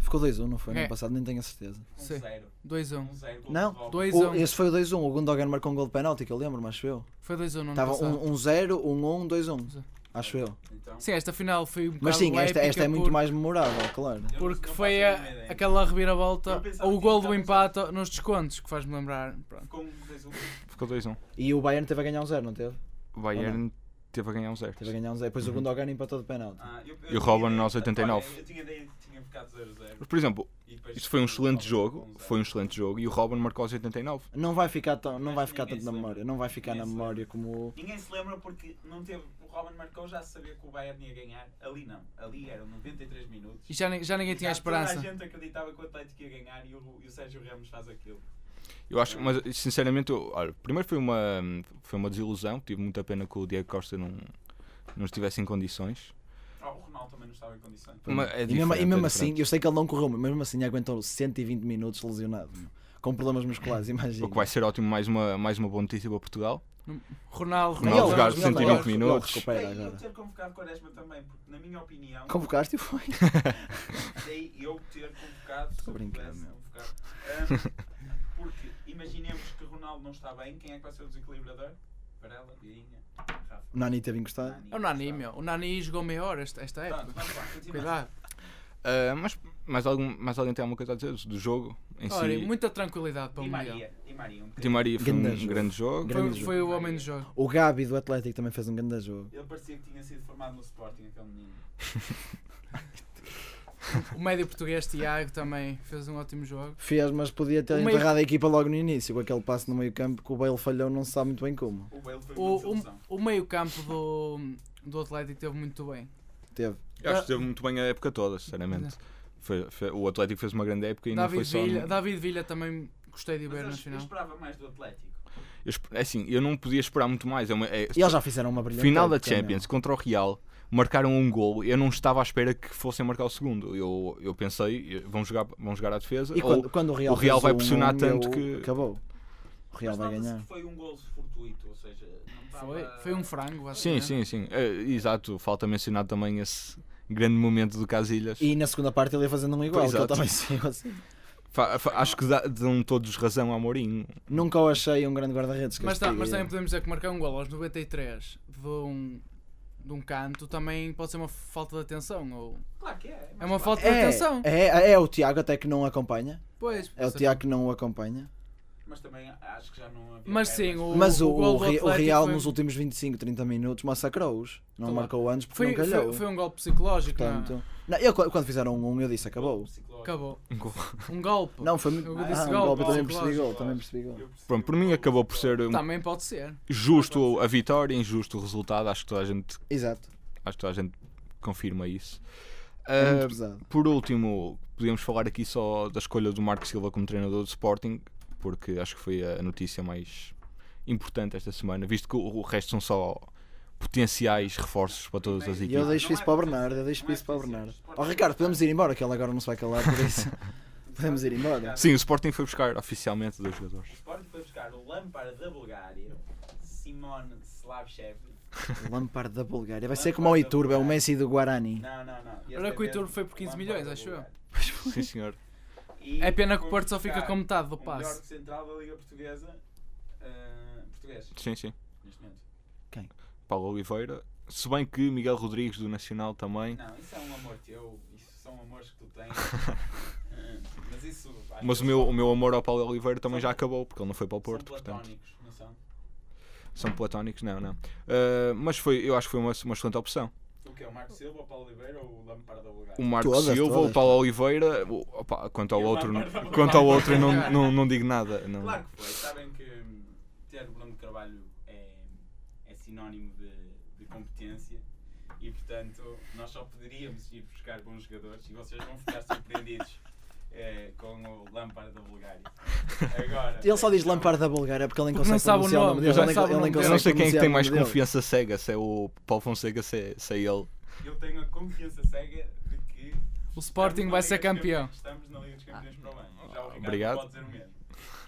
Speaker 2: Ficou 2-1, não foi? No
Speaker 4: É.
Speaker 2: passado, nem tenho a certeza.
Speaker 3: Um
Speaker 4: Sim.
Speaker 3: zero.
Speaker 4: 2-1.
Speaker 3: Um zero. gol
Speaker 2: Não,
Speaker 3: de Robin.
Speaker 4: dois-
Speaker 2: O,
Speaker 4: 2-1.
Speaker 2: esse foi o 2-1, o Gundogan marcou um gol de penalti, que eu lembro, mas acho eu. um,
Speaker 4: Foi 2-1 no ano
Speaker 2: Estava
Speaker 4: passado.
Speaker 2: 1-0, 1-1, 2-1.
Speaker 4: Sim.
Speaker 2: Acho eu.
Speaker 3: Então,
Speaker 4: Sim, esta final foi um
Speaker 2: Mas
Speaker 4: bocado
Speaker 2: sim, esta,
Speaker 4: épica
Speaker 2: esta é muito
Speaker 4: por-
Speaker 2: mais memorável, claro.
Speaker 3: eu não-
Speaker 4: Porque
Speaker 3: não
Speaker 4: foi
Speaker 3: faço
Speaker 4: a-
Speaker 3: nenhuma ideia.
Speaker 4: aquela
Speaker 3: Eu
Speaker 4: reviravolta
Speaker 3: pensava
Speaker 4: ou
Speaker 3: que assim.
Speaker 4: o gol
Speaker 3: tinha
Speaker 4: do
Speaker 3: acabado
Speaker 4: empate nos descontos, que faz-me lembrar. Pronto.
Speaker 3: Ficou um 2-1.
Speaker 1: Ficou 2-1.
Speaker 2: E o Bayern teve a ganhar um 0, não teve?
Speaker 1: O Bayern teve a ganhar uns extras.
Speaker 2: Teve a ganhar um zero. Depois o
Speaker 1: Uhum.
Speaker 2: Gundogan empatou de penalti.
Speaker 3: Ah, eu,
Speaker 1: E o Robin
Speaker 3: tinha-
Speaker 1: aos 89.
Speaker 3: olha, Eu tinha ideia que tinha ficado 0-0.
Speaker 1: Mas, Por exemplo,
Speaker 3: e depois
Speaker 1: isto foi um
Speaker 3: o
Speaker 1: excelente
Speaker 3: Robin com
Speaker 1: jogo,
Speaker 3: um zero.
Speaker 1: foi um excelente jogo e o Robin marcou aos 89.
Speaker 2: Não vai ficar, tão, não
Speaker 3: Acho
Speaker 2: vai
Speaker 3: que
Speaker 2: ficar
Speaker 3: ninguém
Speaker 2: tanto na
Speaker 3: se lembra.
Speaker 2: memória. Não vai ficar
Speaker 3: Ninguém
Speaker 2: na
Speaker 3: se
Speaker 2: memória como.
Speaker 3: Ninguém se lembra porque não teve. O Robin marcou já sabia que o Bayern ia ganhar. Ali não. Ali eram 93 minutos.
Speaker 4: E já, ni- já ninguém tinha a
Speaker 3: Já Tá, toda
Speaker 4: esperança.
Speaker 3: A gente acreditava que o Atlético ia ganhar e o, e o Sérgio Ramos faz aquilo.
Speaker 1: Eu acho, mas sinceramente, eu- olha, primeiro foi uma, foi uma desilusão, tive muita pena que o Diego Costa não, não estivesse em condições.
Speaker 3: Ah, o Ronaldo também não estava em condições.
Speaker 1: Mas é
Speaker 2: e mesmo, e
Speaker 1: diferente, é
Speaker 2: mesmo assim,
Speaker 1: diferente.
Speaker 2: eu sei que ele não correu, mas mesmo assim aguentou 120 minutos lesionado. meu. Com problemas musculares, imagina.
Speaker 1: O que vai ser ótimo, mais uma, mais uma boa notícia para Portugal.
Speaker 4: Ronaldo,
Speaker 1: Ronaldo jogar
Speaker 4: Ronaldo,
Speaker 1: 120
Speaker 4: Ronaldo.
Speaker 1: minutos.
Speaker 2: Ele
Speaker 3: Daí
Speaker 2: recupera
Speaker 3: eu
Speaker 2: agora.
Speaker 3: ter convocado Quaresma também, porque na minha opinião,
Speaker 2: Convocaste e foi.
Speaker 3: daí eu ter convocado.
Speaker 2: Estou
Speaker 3: se
Speaker 2: a brincar,
Speaker 3: pudesse,
Speaker 2: meu.
Speaker 3: convocado. Ahm, porque imaginemos que o Ronaldo não está bem, quem é que vai ser o desequilibrador? Varela, Virinha, Rafa.
Speaker 2: O Nani teve encostado.
Speaker 4: É o Nani, meu. O Nani jogou meia hora esta, esta
Speaker 3: Pronto,
Speaker 4: época.
Speaker 3: vamos lá, continua.
Speaker 4: Cuidado.
Speaker 1: Ah, mas mais, algum, mais alguém tem alguma coisa a dizer do jogo em
Speaker 4: Olha,
Speaker 1: si?
Speaker 4: muita tranquilidade para o
Speaker 3: Di
Speaker 4: Mundial.
Speaker 3: Maria, Di Maria, um
Speaker 1: Di
Speaker 3: bocadinho.
Speaker 1: Maria foi
Speaker 2: Grande
Speaker 1: um
Speaker 2: jogo.
Speaker 1: grande jogo.
Speaker 2: Grande
Speaker 4: Foi,
Speaker 2: jogo.
Speaker 4: foi o homem do jogo.
Speaker 2: O Gabi do Atlético também fez um grande jogo.
Speaker 3: Ele parecia que tinha sido formado no Sporting, aquele menino.
Speaker 4: O médio português Tiago também fez um ótimo jogo.
Speaker 2: Fez, mas podia ter
Speaker 4: O meio-
Speaker 2: enterrado a equipa logo no início, com aquele passo no meio campo que o Bale falhou, não se sabe muito bem como.
Speaker 3: O Bale foi uma
Speaker 4: O,
Speaker 3: desilusão.
Speaker 4: o, o meio campo do, do Atlético teve muito bem.
Speaker 2: Teve.
Speaker 1: Eu acho que teve muito bem a época toda, sinceramente. Foi- foi- o Atlético fez uma grande época e não
Speaker 4: David
Speaker 1: foi só. um. no-
Speaker 4: Villa, David Villa também gostei de ver na
Speaker 3: Mas eu, eu
Speaker 4: final.
Speaker 3: esperava mais do Atlético.
Speaker 1: Eu, esp- é assim, eu não podia esperar muito mais. É uma- é-
Speaker 2: E eles já fizeram uma brilhante.
Speaker 1: final da
Speaker 2: época, meu.
Speaker 1: Champions contra o Real, marcaram um gol. Eu não estava à espera que fossem marcar o segundo. Eu, eu pensei, eh, vão jogar, vão jogar à defesa.
Speaker 2: é? E
Speaker 1: ou-
Speaker 2: quando, quando o Real,
Speaker 1: o Real
Speaker 2: fez
Speaker 1: vai
Speaker 2: um,
Speaker 1: pressionar
Speaker 2: um,
Speaker 1: tanto
Speaker 2: eu-
Speaker 1: que-
Speaker 2: Acabou. O Real
Speaker 3: Mas
Speaker 2: vai
Speaker 3: nota-se
Speaker 2: ganhar.
Speaker 3: que Foi um gol fortuito, ou seja, não estava...
Speaker 4: Foi, foi um frango,
Speaker 1: Sim,
Speaker 4: basicamente.
Speaker 1: sim, sim. É, exato, falta mencionar também esse grande momento do Casilhas.
Speaker 2: E na segunda parte ele ia fazendo um igual,
Speaker 1: Pois,
Speaker 2: que ele
Speaker 1: exato.
Speaker 2: também saiu assim.
Speaker 1: Fa- fa- acho que dá- dão todos razão a Mourinho.
Speaker 2: Nunca o achei um grande guarda-redes. que
Speaker 4: Mas,
Speaker 2: este é.
Speaker 4: tá- mas
Speaker 2: diga.
Speaker 4: também podemos dizer que marcar um gol aos 93 de um, de um canto também pode ser uma falta de atenção. Ou...
Speaker 3: Claro que é.
Speaker 4: É
Speaker 3: mas
Speaker 4: uma
Speaker 3: claro.
Speaker 4: falta de atenção.
Speaker 2: é, é, é o Tiago até que não acompanha.
Speaker 4: Pois,
Speaker 2: É o
Speaker 4: sim.
Speaker 2: Tiago que não o acompanha.
Speaker 3: Mas também acho que já não havia... pernas.
Speaker 4: Mas sim, o,
Speaker 2: Mas o,
Speaker 4: o, gol
Speaker 2: o
Speaker 4: do
Speaker 2: Re- o
Speaker 4: Atlético
Speaker 2: Real
Speaker 4: foi,
Speaker 2: nos últimos 25, 30 minutos massacrou-os. Não
Speaker 4: Claro.
Speaker 2: marcou antes porque
Speaker 4: foi,
Speaker 2: não calhou.
Speaker 4: foi, foi um golpe psicológico. não é?
Speaker 2: Portanto, não, eu qu- quando fizeram um 1 eu disse acabou.
Speaker 3: Psicológico.
Speaker 4: Acabou.
Speaker 1: Um gol.
Speaker 4: Um golpe.
Speaker 2: Não, foi muito.
Speaker 4: Eu disse
Speaker 2: Ah, um
Speaker 4: gol,
Speaker 2: golpe, eu também
Speaker 4: gol,
Speaker 2: percebi
Speaker 4: gol,
Speaker 2: gol, também percebi gol.
Speaker 3: Eu percebi
Speaker 1: Pronto, por
Speaker 3: o
Speaker 1: mim
Speaker 3: gol
Speaker 1: acabou
Speaker 3: do
Speaker 1: por ser um-
Speaker 4: Também pode ser.
Speaker 1: justo a vitória, injusto o resultado. Acho que toda a gente,
Speaker 2: Exato.
Speaker 1: acho que toda a gente confirma isso.
Speaker 2: É
Speaker 1: Ah,
Speaker 2: muito pesado.
Speaker 1: Por último, podíamos falar aqui só da escolha do Marco Silva como treinador do Sporting, porque acho que foi a notícia mais importante esta semana, visto que o o resto são só potenciais reforços para todas as
Speaker 2: E eu
Speaker 1: equipas.
Speaker 2: deixo isso para o Bernardo, eu deixo
Speaker 3: Não é
Speaker 2: isso para o
Speaker 3: preciso.
Speaker 2: Bernardo. Ó Ricardo, podemos ir embora, que ele agora não se vai calar por isso. podemos ir embora.
Speaker 1: Sim, o Sporting foi buscar oficialmente dois jogadores.
Speaker 3: O Sporting foi buscar o Lampard da Bulgária, Simone Slavchev.
Speaker 2: Lampard da Bulgária. Vai ser como o Iturbe, é o Messi do Guarani.
Speaker 3: Não, não, não. Este
Speaker 4: Olha que o
Speaker 3: é
Speaker 4: Iturbe
Speaker 3: mesmo
Speaker 4: foi por 15 milhões,
Speaker 3: Lampard da
Speaker 4: acho eu.
Speaker 3: Bulgária.
Speaker 1: Sim, senhor.
Speaker 3: E
Speaker 4: É pena que o
Speaker 3: foi
Speaker 4: Porto só fica
Speaker 3: buscar
Speaker 4: com metade do
Speaker 3: o melhor
Speaker 4: passe.
Speaker 3: central da Liga Portuguesa. ah, português,
Speaker 1: Sim, sim.
Speaker 3: neste momento.
Speaker 1: Paulo Oliveira. Se bem que Miguel Rodrigues do Nacional também.
Speaker 3: Não, isso é um amor teu, isso são amores que tu tens. Ah, mas isso. acho
Speaker 1: Mas
Speaker 3: que
Speaker 1: o meu, o
Speaker 3: são-
Speaker 1: meu amor ao Paulo Oliveira também já acabou, porque ele não foi para o Porto,
Speaker 3: são
Speaker 1: portanto.
Speaker 3: platónicos, não são?
Speaker 1: São platónicos, não, não. Ah, mas foi, eu acho que foi uma, uma excelente opção.
Speaker 3: O que é? O Marco Silva, o Paulo Oliveira ou o Lampard da
Speaker 1: O
Speaker 3: Bulgária?
Speaker 1: Marco
Speaker 2: Todas,
Speaker 1: Silva,
Speaker 2: todas.
Speaker 1: o Paulo Oliveira, o- opa, quanto ao
Speaker 3: Eu
Speaker 1: outro,
Speaker 3: não-
Speaker 1: não- quanto ao outro não, não, não digo nada. Não.
Speaker 3: Claro
Speaker 2: Então,
Speaker 3: que foi. Sabem que hum, ter Bruno Carvalho é, é sinónimo de, de competência e, portanto, nós só poderíamos ir buscar bons jogadores e vocês vão ficar surpreendidos eh, com o Lampard da Bulgária. Agora, então,
Speaker 2: Ele só diz Lampard da Bulgária porque ele nem
Speaker 4: Porque não
Speaker 2: consegue
Speaker 4: sabe o
Speaker 2: pronunciar o nome
Speaker 4: nome,
Speaker 2: dele.
Speaker 4: não
Speaker 2: Ele nem-
Speaker 4: sabe
Speaker 2: ele
Speaker 4: o
Speaker 2: nem
Speaker 4: nome dele.
Speaker 1: Eu
Speaker 2: consegue
Speaker 1: não sei quem é que
Speaker 2: pronunciar
Speaker 1: tem
Speaker 2: o
Speaker 1: mais
Speaker 2: nome dele.
Speaker 1: confiança cega, se é o Paulo Fonseca, se é, se é ele.
Speaker 3: eu tenho a confiança cega de que.
Speaker 4: O
Speaker 3: estamos
Speaker 4: Sporting
Speaker 3: na
Speaker 4: vai
Speaker 3: Liga
Speaker 4: ser
Speaker 3: dos Campe-
Speaker 4: campeão.
Speaker 3: Estamos na Liga dos Campeões para o ano. Já o Ricardo
Speaker 1: Obrigado.
Speaker 3: pode dizer o mesmo.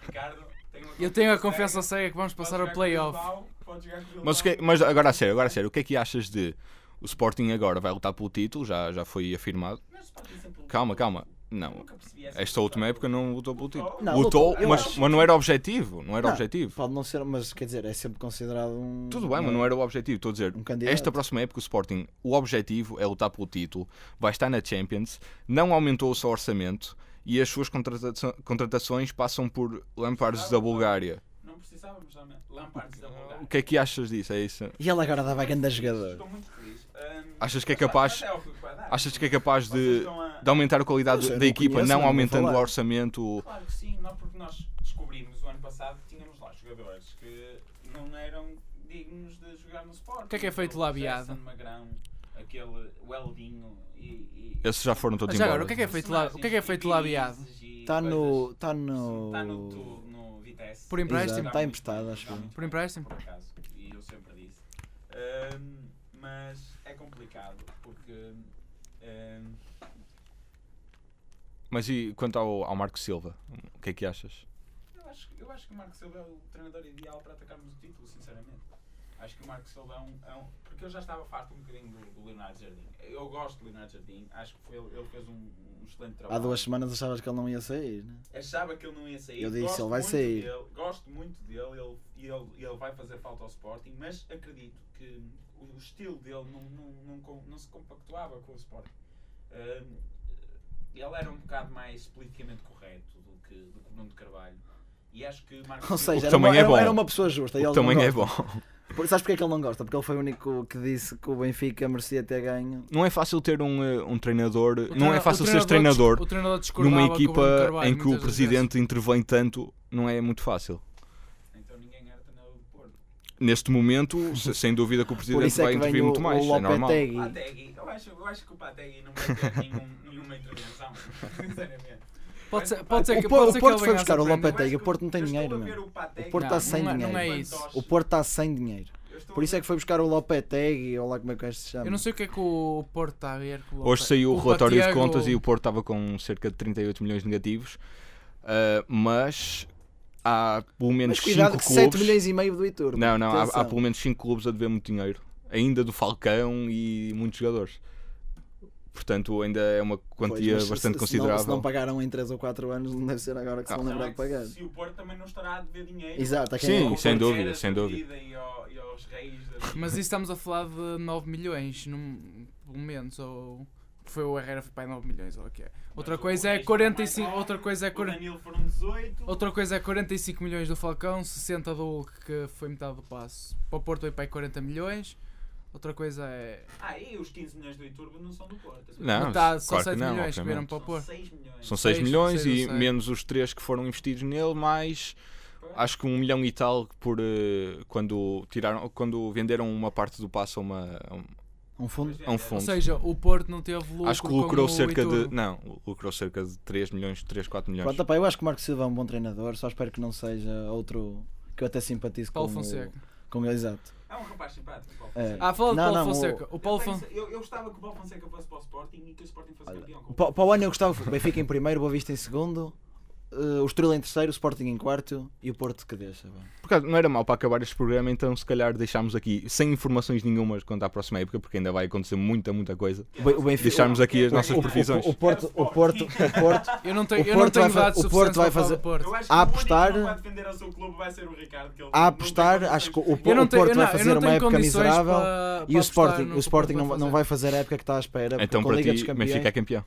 Speaker 3: Ricardo, tenho uma
Speaker 4: Eu tenho a
Speaker 3: cega,
Speaker 4: confiança cega que vamos
Speaker 3: pode
Speaker 4: passar ao
Speaker 3: jogar com o
Speaker 4: playoff.
Speaker 3: Bilbao, pode jogar com o
Speaker 1: Mas, o que- é,
Speaker 3: Bilbao.
Speaker 1: mas agora a sério, agora a sério, o que é que achas de o Sporting agora vai lutar pelo título? Já, já foi afirmado.
Speaker 3: Mas pode ser pelo-
Speaker 1: Calma, calma.
Speaker 3: Eu
Speaker 1: Não,
Speaker 3: nunca percebi essa
Speaker 1: esta última época não lutou pelo título.
Speaker 3: Lutou?
Speaker 2: Não,
Speaker 1: Lutou,
Speaker 2: lutou. Eu
Speaker 1: mas,
Speaker 2: acho
Speaker 1: mas não era objetivo. Não era
Speaker 2: Não,
Speaker 1: objetivo.
Speaker 2: Pode não ser, mas quer dizer, é sempre considerado um.
Speaker 1: Tudo bem, mas não era o objetivo. Estou a dizer,
Speaker 2: Um candidato.
Speaker 1: esta próxima época o Sporting, o objetivo é lutar pelo título, vai estar na Champions, não aumentou o seu orçamento e as suas contrata- contratações passam por Lampares da Bulgária.
Speaker 3: Não precisávamos, já, né? Lampard da Bulgária.
Speaker 1: O que é que achas disso? É isso?
Speaker 2: E ele agora dava grande jogador.
Speaker 3: Estou muito feliz. Ahm,
Speaker 1: Achas que é
Speaker 3: mas, pá,
Speaker 1: capaz-
Speaker 3: mas é óbvio vai dar.
Speaker 1: Achas que é capaz
Speaker 3: Vocês
Speaker 1: de,
Speaker 3: estão a-
Speaker 1: de aumentar a qualidade
Speaker 2: Não sei,
Speaker 1: da
Speaker 2: não
Speaker 1: equipa,
Speaker 2: conheço,
Speaker 1: não
Speaker 2: não vou
Speaker 1: aumentando o
Speaker 2: falar.
Speaker 1: orçamento?
Speaker 3: Claro que sim, não porque nós descobrimos o ano passado que tínhamos lá jogadores que não eram dignos de jogar no Sporting.
Speaker 4: O que é que é feito lá, viado?
Speaker 3: Jackson Magrão, aquele Weldinho e... e
Speaker 1: Esses já foram todos
Speaker 4: Já
Speaker 1: embora.
Speaker 4: agora, o que é que é feito lá? O que é que é feito lá, viado?
Speaker 2: Está Tá no. Está
Speaker 3: Está Tá no, tu-
Speaker 2: tá no.
Speaker 3: no Vitesse.
Speaker 4: Por empréstimo?
Speaker 2: Exato, está emprestado, acho
Speaker 3: Jogar
Speaker 2: eu.
Speaker 3: muito
Speaker 4: Por
Speaker 3: bem,
Speaker 4: empréstimo?
Speaker 3: Por acaso, e eu sempre disse. Ahm, mas é complicado, porque... ahm,
Speaker 1: Mas e quanto ao, ao Marco Silva? O que é que achas?
Speaker 3: Eu acho, eu acho que o Marco Silva é o treinador ideal para atacarmos o título, sinceramente. Acho que o Marco Silva é um. é um- porque eu já estava farto um bocadinho do, do Leonardo Jardim. Eu gosto do Leonardo Jardim, acho que foi, ele ele fez um, um excelente trabalho.
Speaker 2: Há duas semanas achavas que ele não ia sair, né?
Speaker 3: Achava que ele não ia sair.
Speaker 2: Eu disse,
Speaker 3: Gosto
Speaker 2: ele vai
Speaker 3: muito
Speaker 2: sair.
Speaker 3: Dele, gosto muito dele ele- e ele, e ele vai fazer falta ao Sporting, mas acredito que o, o estilo dele não, não, não, com- não se compactuava com o Sporting. Ahm, ele era um bocado mais politicamente correto do que, do que o Nuno de Carvalho. E acho que Marco Silva-
Speaker 2: Ou
Speaker 1: que
Speaker 2: seja, era
Speaker 1: também
Speaker 2: uma,
Speaker 1: é
Speaker 2: era-
Speaker 1: bom.
Speaker 2: era uma pessoa justa. e
Speaker 1: O
Speaker 2: ele
Speaker 1: que também
Speaker 2: não
Speaker 1: é bom.
Speaker 2: gosta. Por- Sabes porque é que ele não gosta? Porque ele foi o único que disse que o Benfica merecia ter ganho.
Speaker 1: Não é fácil ter um, eh, um treinador. não
Speaker 4: O
Speaker 1: é
Speaker 4: treina-
Speaker 1: fácil
Speaker 4: o
Speaker 1: ser
Speaker 4: dis-
Speaker 1: treinador
Speaker 4: o treinador discordava
Speaker 1: numa
Speaker 4: com o Bruno
Speaker 1: equipa
Speaker 4: Carvalho
Speaker 1: em que o
Speaker 4: muitas das vezes.
Speaker 1: presidente intervém tanto. Não é muito fácil.
Speaker 3: Então ninguém era treinador do Porto.
Speaker 1: Neste momento, se- sem dúvida que o
Speaker 2: Por
Speaker 1: presidente
Speaker 2: isso é
Speaker 1: vai
Speaker 2: que vem
Speaker 1: intervir
Speaker 2: o,
Speaker 1: muito mais.
Speaker 2: o
Speaker 1: É normal.
Speaker 2: Lopetegui.
Speaker 3: Pategui, eu acho, eu acho que o Pategui não vai ter nenhum- nenhuma intervenção, sinceramente.
Speaker 4: Pode ser, pode ser
Speaker 2: O
Speaker 4: que,
Speaker 2: Porto-
Speaker 4: pode
Speaker 2: o
Speaker 4: ser que
Speaker 2: Porto
Speaker 4: ele
Speaker 2: foi
Speaker 4: venha a
Speaker 2: buscar o
Speaker 4: surpreender.
Speaker 2: Lopetegui.
Speaker 3: Eu acho que
Speaker 2: o Porto não tem
Speaker 3: eu estou
Speaker 2: dinheiro,
Speaker 3: a ver
Speaker 2: meu.
Speaker 3: o Pategui-
Speaker 2: O Porto está
Speaker 4: Não,
Speaker 2: sem
Speaker 4: não é-
Speaker 2: dinheiro.
Speaker 4: não é isso.
Speaker 3: um fantoche.
Speaker 2: O Porto está sem dinheiro.
Speaker 3: Eu estou
Speaker 2: Por isso
Speaker 3: a
Speaker 2: é que foi buscar o Lopetegui, ou lá como é que este se chama.
Speaker 4: Eu não sei o que é que o Porto está a ver com o
Speaker 1: Hoje
Speaker 4: Lopetegui.
Speaker 1: saiu o relatório de
Speaker 4: Patiago-
Speaker 1: contas e o Porto estava com cerca de 38 milhões negativos. Ah, mas há pelo menos
Speaker 2: Mas cuidado
Speaker 1: 5
Speaker 2: que 7
Speaker 1: clubes.
Speaker 2: milhões e meio do Iturbe.
Speaker 1: Não, não, há, há
Speaker 2: Atenção.
Speaker 1: pelo menos 5 clubes a dever muito dinheiro. Ainda do Falcão e muitos jogadores. Portanto, ainda é uma
Speaker 2: Pois,
Speaker 1: quantia
Speaker 2: mas se-
Speaker 1: bastante
Speaker 2: se-
Speaker 1: considerável.
Speaker 2: Se não, se não pagaram em 3 ou 4 anos, não deve ser agora que se
Speaker 1: Ah.
Speaker 2: vão
Speaker 3: ver-
Speaker 2: lembrar de pagar.
Speaker 3: Se o Porto também não estará a dever dinheiro.
Speaker 2: Exato, é há quem-
Speaker 1: Sim,
Speaker 3: ao
Speaker 1: sem
Speaker 3: Porto
Speaker 1: dúvida,
Speaker 3: era
Speaker 1: sem
Speaker 3: da
Speaker 1: dúvida.
Speaker 3: vida E, ao- e aos reis da vida.
Speaker 4: Mas isso estamos a falar de 9 milhões, num, pelo menos, ou foi o Herrera foi para 9 milhões, ou o que é. Outra
Speaker 3: Mas o
Speaker 4: coisa é
Speaker 3: resto também
Speaker 4: 45,
Speaker 3: não.
Speaker 4: outra coisa é
Speaker 3: O
Speaker 4: 40,
Speaker 3: Danilo foram 18.
Speaker 4: outra coisa é 45 milhões do Falcão, 60 do Hulk, que foi metade do passo. Para o Porto foi para aí 40 milhões. Outra coisa é
Speaker 3: Ah, e os 15 milhões do Iturbo não são do Porto.
Speaker 1: Não,
Speaker 4: metade, são
Speaker 1: Ah, claro que
Speaker 4: 7
Speaker 1: não,
Speaker 4: milhões que
Speaker 1: obviamente.
Speaker 4: vieram para o
Speaker 3: São
Speaker 4: Porto.
Speaker 3: 6 milhões.
Speaker 1: São 6
Speaker 4: Seis,
Speaker 1: milhões
Speaker 4: seis,
Speaker 1: e
Speaker 4: eu sei.
Speaker 1: menos os 3 que foram investidos nele, mais
Speaker 3: Pois.
Speaker 1: acho que um milhão e tal por eh, quando tiraram quando venderam uma parte do passo a, uma, a um-
Speaker 2: Um fundo.
Speaker 1: a um
Speaker 4: Ou
Speaker 1: fundo.
Speaker 4: seja, o Porto não teve lucro.
Speaker 1: acho que lucrou
Speaker 4: como o
Speaker 1: cerca de.
Speaker 4: Iturbe.
Speaker 1: Não, lucrou cerca de 3 milhões, 3, 4 milhões.
Speaker 2: Pronto, opá, eu acho que o Marco Silva é um bom treinador, só espero que não seja outro que eu até simpatize
Speaker 4: Paulo
Speaker 2: com
Speaker 4: Fonseca.
Speaker 2: O, com ele, exato.
Speaker 3: É um rapaz simpático. Paulo
Speaker 2: É.
Speaker 3: Fonseca.
Speaker 4: Ah, fala de
Speaker 2: Não,
Speaker 4: Paulo
Speaker 2: não, o-
Speaker 4: Fonseca. O, Paulo
Speaker 3: eu, tenho-
Speaker 4: Fonseca.
Speaker 3: eu, eu gostava que o Paulo Fonseca fosse para o Sporting e que o Sporting fosse campeão. com o
Speaker 2: Pa- Para, o ano eu gostava que o Benfica em primeiro, o Boa Vista em segundo, eh, o Estrela em terceiro, o Sporting em quarto e o Porto que deixa. pá.
Speaker 1: Por acaso, não era mal para acabar este programa, então se calhar deixámos aqui sem informações nenhumas quanto à próxima época, porque ainda vai acontecer muita, muita coisa.
Speaker 2: O, Be- o Benfica,
Speaker 1: Deixarmos aqui as
Speaker 2: o-
Speaker 1: nossas
Speaker 2: o- o-
Speaker 1: previsões.
Speaker 2: O, Porto, o Porto, o Porto,
Speaker 4: Eu não
Speaker 2: o
Speaker 4: tenho, eu não
Speaker 2: Porto
Speaker 4: tenho
Speaker 2: vai fa-
Speaker 4: dados
Speaker 2: o Porto
Speaker 4: suficientes
Speaker 2: vai
Speaker 4: para falar do
Speaker 2: fazer-
Speaker 4: Porto.
Speaker 3: Eu acho que
Speaker 2: A
Speaker 3: o único
Speaker 2: apostar-
Speaker 3: que não vai defender ao seu clube vai ser o Ricardo. Que ele
Speaker 2: a
Speaker 3: não tem
Speaker 2: apostar,
Speaker 3: condições
Speaker 2: acho que o,
Speaker 3: para
Speaker 2: o
Speaker 3: isso.
Speaker 4: Eu não tenho-
Speaker 2: Porto
Speaker 4: eu
Speaker 2: vai
Speaker 4: não- eu
Speaker 2: fazer
Speaker 4: não
Speaker 2: uma
Speaker 4: tenho
Speaker 2: época
Speaker 4: condições
Speaker 2: miserável
Speaker 4: para-
Speaker 2: e
Speaker 4: para
Speaker 2: o
Speaker 4: apostar
Speaker 2: Sporting,
Speaker 4: no
Speaker 2: o
Speaker 4: que o
Speaker 2: Sporting
Speaker 4: Porto
Speaker 2: não,
Speaker 4: vai
Speaker 2: não
Speaker 4: fazer.
Speaker 2: vai fazer a época que está à espera. porque
Speaker 1: Então
Speaker 2: com a
Speaker 1: para
Speaker 2: Liga dos
Speaker 1: ti,
Speaker 2: Campeões,
Speaker 1: Benfica é campeão.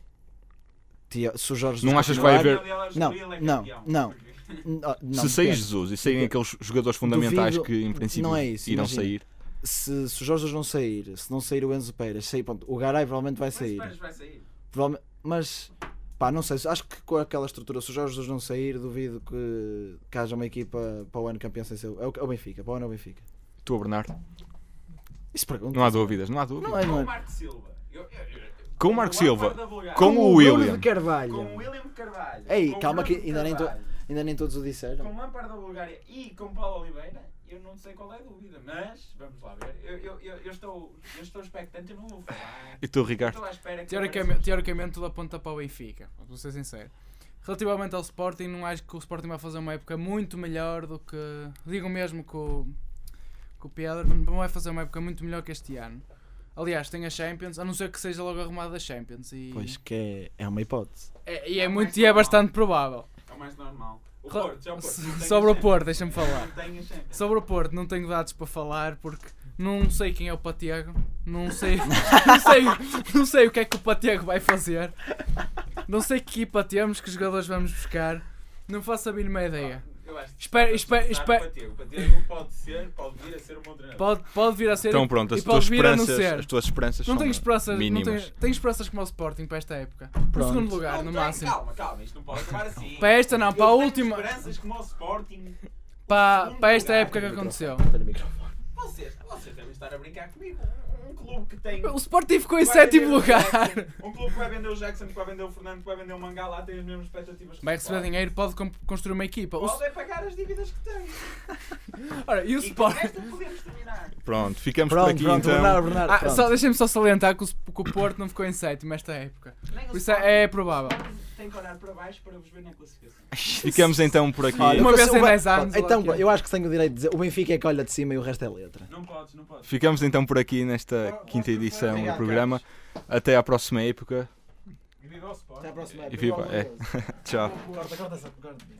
Speaker 2: tia- se o Jorge
Speaker 1: Não
Speaker 2: Jesus
Speaker 1: achas que vai
Speaker 2: continuar-
Speaker 1: haver-
Speaker 3: Gabriel
Speaker 2: Não,
Speaker 3: Gabriel é
Speaker 2: não,
Speaker 3: campeão.
Speaker 2: não. N- ah, não,
Speaker 1: se sair
Speaker 2: depende.
Speaker 1: Jesus e saírem aqueles jogadores fundamentais
Speaker 2: Duvido-
Speaker 1: que em princípio
Speaker 2: não é isso,
Speaker 1: irão
Speaker 2: imagina.
Speaker 1: sair,
Speaker 2: se, se o Jorge Jesus não sair, se não sair o Enzo Pérez, sair, pronto, o Garay provavelmente vai
Speaker 3: Mas
Speaker 2: sair.
Speaker 3: Pérez vai sair.
Speaker 2: Provavelmente- mas pá, não sei, acho que com aquela estrutura, se o Jorge Jesus não sair, duvido que, que haja uma equipa para o ano campeão sem ser. É o, é o Benfica, para o ano é o Benfica.
Speaker 1: tu a Bernardo.
Speaker 2: Isso pergunta.
Speaker 1: Não há dúvidas, não há dúvidas.
Speaker 2: Não é,
Speaker 3: Com o
Speaker 2: mano.
Speaker 3: Marco Silva. Eu- eu- eu-
Speaker 1: Com o Marco
Speaker 3: Lampard
Speaker 1: Silva.
Speaker 3: da Bulgária.
Speaker 1: Com o
Speaker 2: Bruno
Speaker 1: William.
Speaker 2: de Carvalho.
Speaker 3: Com o William Carvalho.
Speaker 2: Ei,
Speaker 3: Com o
Speaker 2: calma que
Speaker 3: Bruno
Speaker 2: ainda nem, to-
Speaker 3: Carvalho,
Speaker 2: ainda nem todos o
Speaker 3: Com
Speaker 2: disseram.
Speaker 3: o Lampard da Bulgária e com o Paulo Oliveira, eu não sei qual é a dúvida, mas vamos lá ver. Eu, eu, eu, eu estou, eu estou expectante, eu não vou falar.
Speaker 1: E tu,
Speaker 3: Eu
Speaker 1: Ricardo?
Speaker 3: estou à espera que.
Speaker 4: Teoricamente, teoricamente tudo aponta para o Benfica, vou ser sincero. Relativamente ao Sporting, não acho que o Sporting vai fazer uma época muito melhor do que. Digo mesmo que o, que o Pedro não vai fazer uma época muito melhor que este ano. Aliás, tem a Champions, a não ser que seja logo arrumada da Champions. E
Speaker 2: Pois que é, é uma hipótese.
Speaker 4: é, e é muito e é bastante provável.
Speaker 3: É o mais normal. O
Speaker 4: Ra-
Speaker 3: Porto, já o Porto.
Speaker 4: so-
Speaker 3: não tem
Speaker 4: sobre o
Speaker 3: Champions.
Speaker 4: Porto, deixa-me falar.
Speaker 3: Não tem a Champions.
Speaker 4: Sobre o Porto, não tenho dados para falar porque não sei quem é o Patiago, não sei, não sei, não sei o que é que o Patiago vai fazer, não sei que equipa temos, que jogadores vamos buscar, Não faço a mínima ideia.
Speaker 3: Ah, Eu acho que
Speaker 4: Espera-
Speaker 3: está
Speaker 4: espera-
Speaker 3: a
Speaker 4: espera-
Speaker 3: começar O Patego. O Patego pode ser, pode vir a ser um bom treinador.
Speaker 4: Pode, pode vir a ser
Speaker 1: Então
Speaker 4: e-
Speaker 1: pronto,
Speaker 4: e
Speaker 1: as
Speaker 4: pode
Speaker 1: tuas
Speaker 4: vir a não
Speaker 1: esperanças,
Speaker 4: ser.
Speaker 1: as tuas esperanças
Speaker 4: Não
Speaker 1: são
Speaker 4: tenho esperanças, não
Speaker 1: mínimas.
Speaker 4: tenho, tenho esperanças como o Sporting para esta época.
Speaker 2: Pronto.
Speaker 4: Em segundo lugar, no
Speaker 3: tem,
Speaker 4: máximo.
Speaker 3: Calma, calma, isto não pode acabar assim.
Speaker 4: Para esta não,
Speaker 3: Eu
Speaker 4: para a
Speaker 3: tenho
Speaker 4: última.
Speaker 3: esperanças como o Sporting.
Speaker 4: Para,
Speaker 3: segundo
Speaker 4: para esta
Speaker 3: lugar,
Speaker 4: época que aconteceu.
Speaker 2: Está no microfone.
Speaker 3: Vocês, vocês devem estar a brincar comigo. Um, um clube que tem.
Speaker 4: O Sporting ficou
Speaker 3: que
Speaker 4: em
Speaker 3: vai
Speaker 4: sétimo
Speaker 3: vender o
Speaker 4: lugar.
Speaker 3: Jackson, Um clube que vai vender o Jackson, que vai vender o Fernando, que vai vender o Mangala, tem as mesmas expectativas que
Speaker 4: é Vai
Speaker 3: o
Speaker 4: receber
Speaker 3: Sporting.
Speaker 4: dinheiro, pode com- construir uma equipa. O,
Speaker 3: Pode é pagar as dívidas que tem.
Speaker 4: ora, e o
Speaker 3: E com
Speaker 4: Sporting.
Speaker 3: esta podemos terminar.
Speaker 1: Pronto, ficamos por
Speaker 2: Pronto,
Speaker 1: aqui
Speaker 2: pronto,
Speaker 1: então.
Speaker 2: Bernardo, Bernardo.
Speaker 4: Ah,
Speaker 2: pronto.
Speaker 4: só- Deixem-me só salientar que o, que o Porto não ficou em sétimo esta época.
Speaker 3: Nem o
Speaker 4: Por isso
Speaker 3: Sporting-
Speaker 4: é, é provável.
Speaker 3: Tem que olhar para baixo para vos ver na classificação.
Speaker 1: Ficamos então por aqui.
Speaker 2: Olha,
Speaker 4: Uma
Speaker 2: o
Speaker 4: vez em
Speaker 2: Ben-
Speaker 4: 10 anos,
Speaker 2: Então,
Speaker 4: olha aqui.
Speaker 2: eu acho que tenho o direito de dizer. O Benfica é que olha de cima e o resto é letra.
Speaker 3: Não podes, não podes.
Speaker 1: Ficamos então por aqui nesta quinta edição do programa. Até à próxima época.
Speaker 3: Viva o Sporting.
Speaker 2: Até à próxima.
Speaker 1: E viva, é. Tchau.
Speaker 2: Corta, corta essa, corta.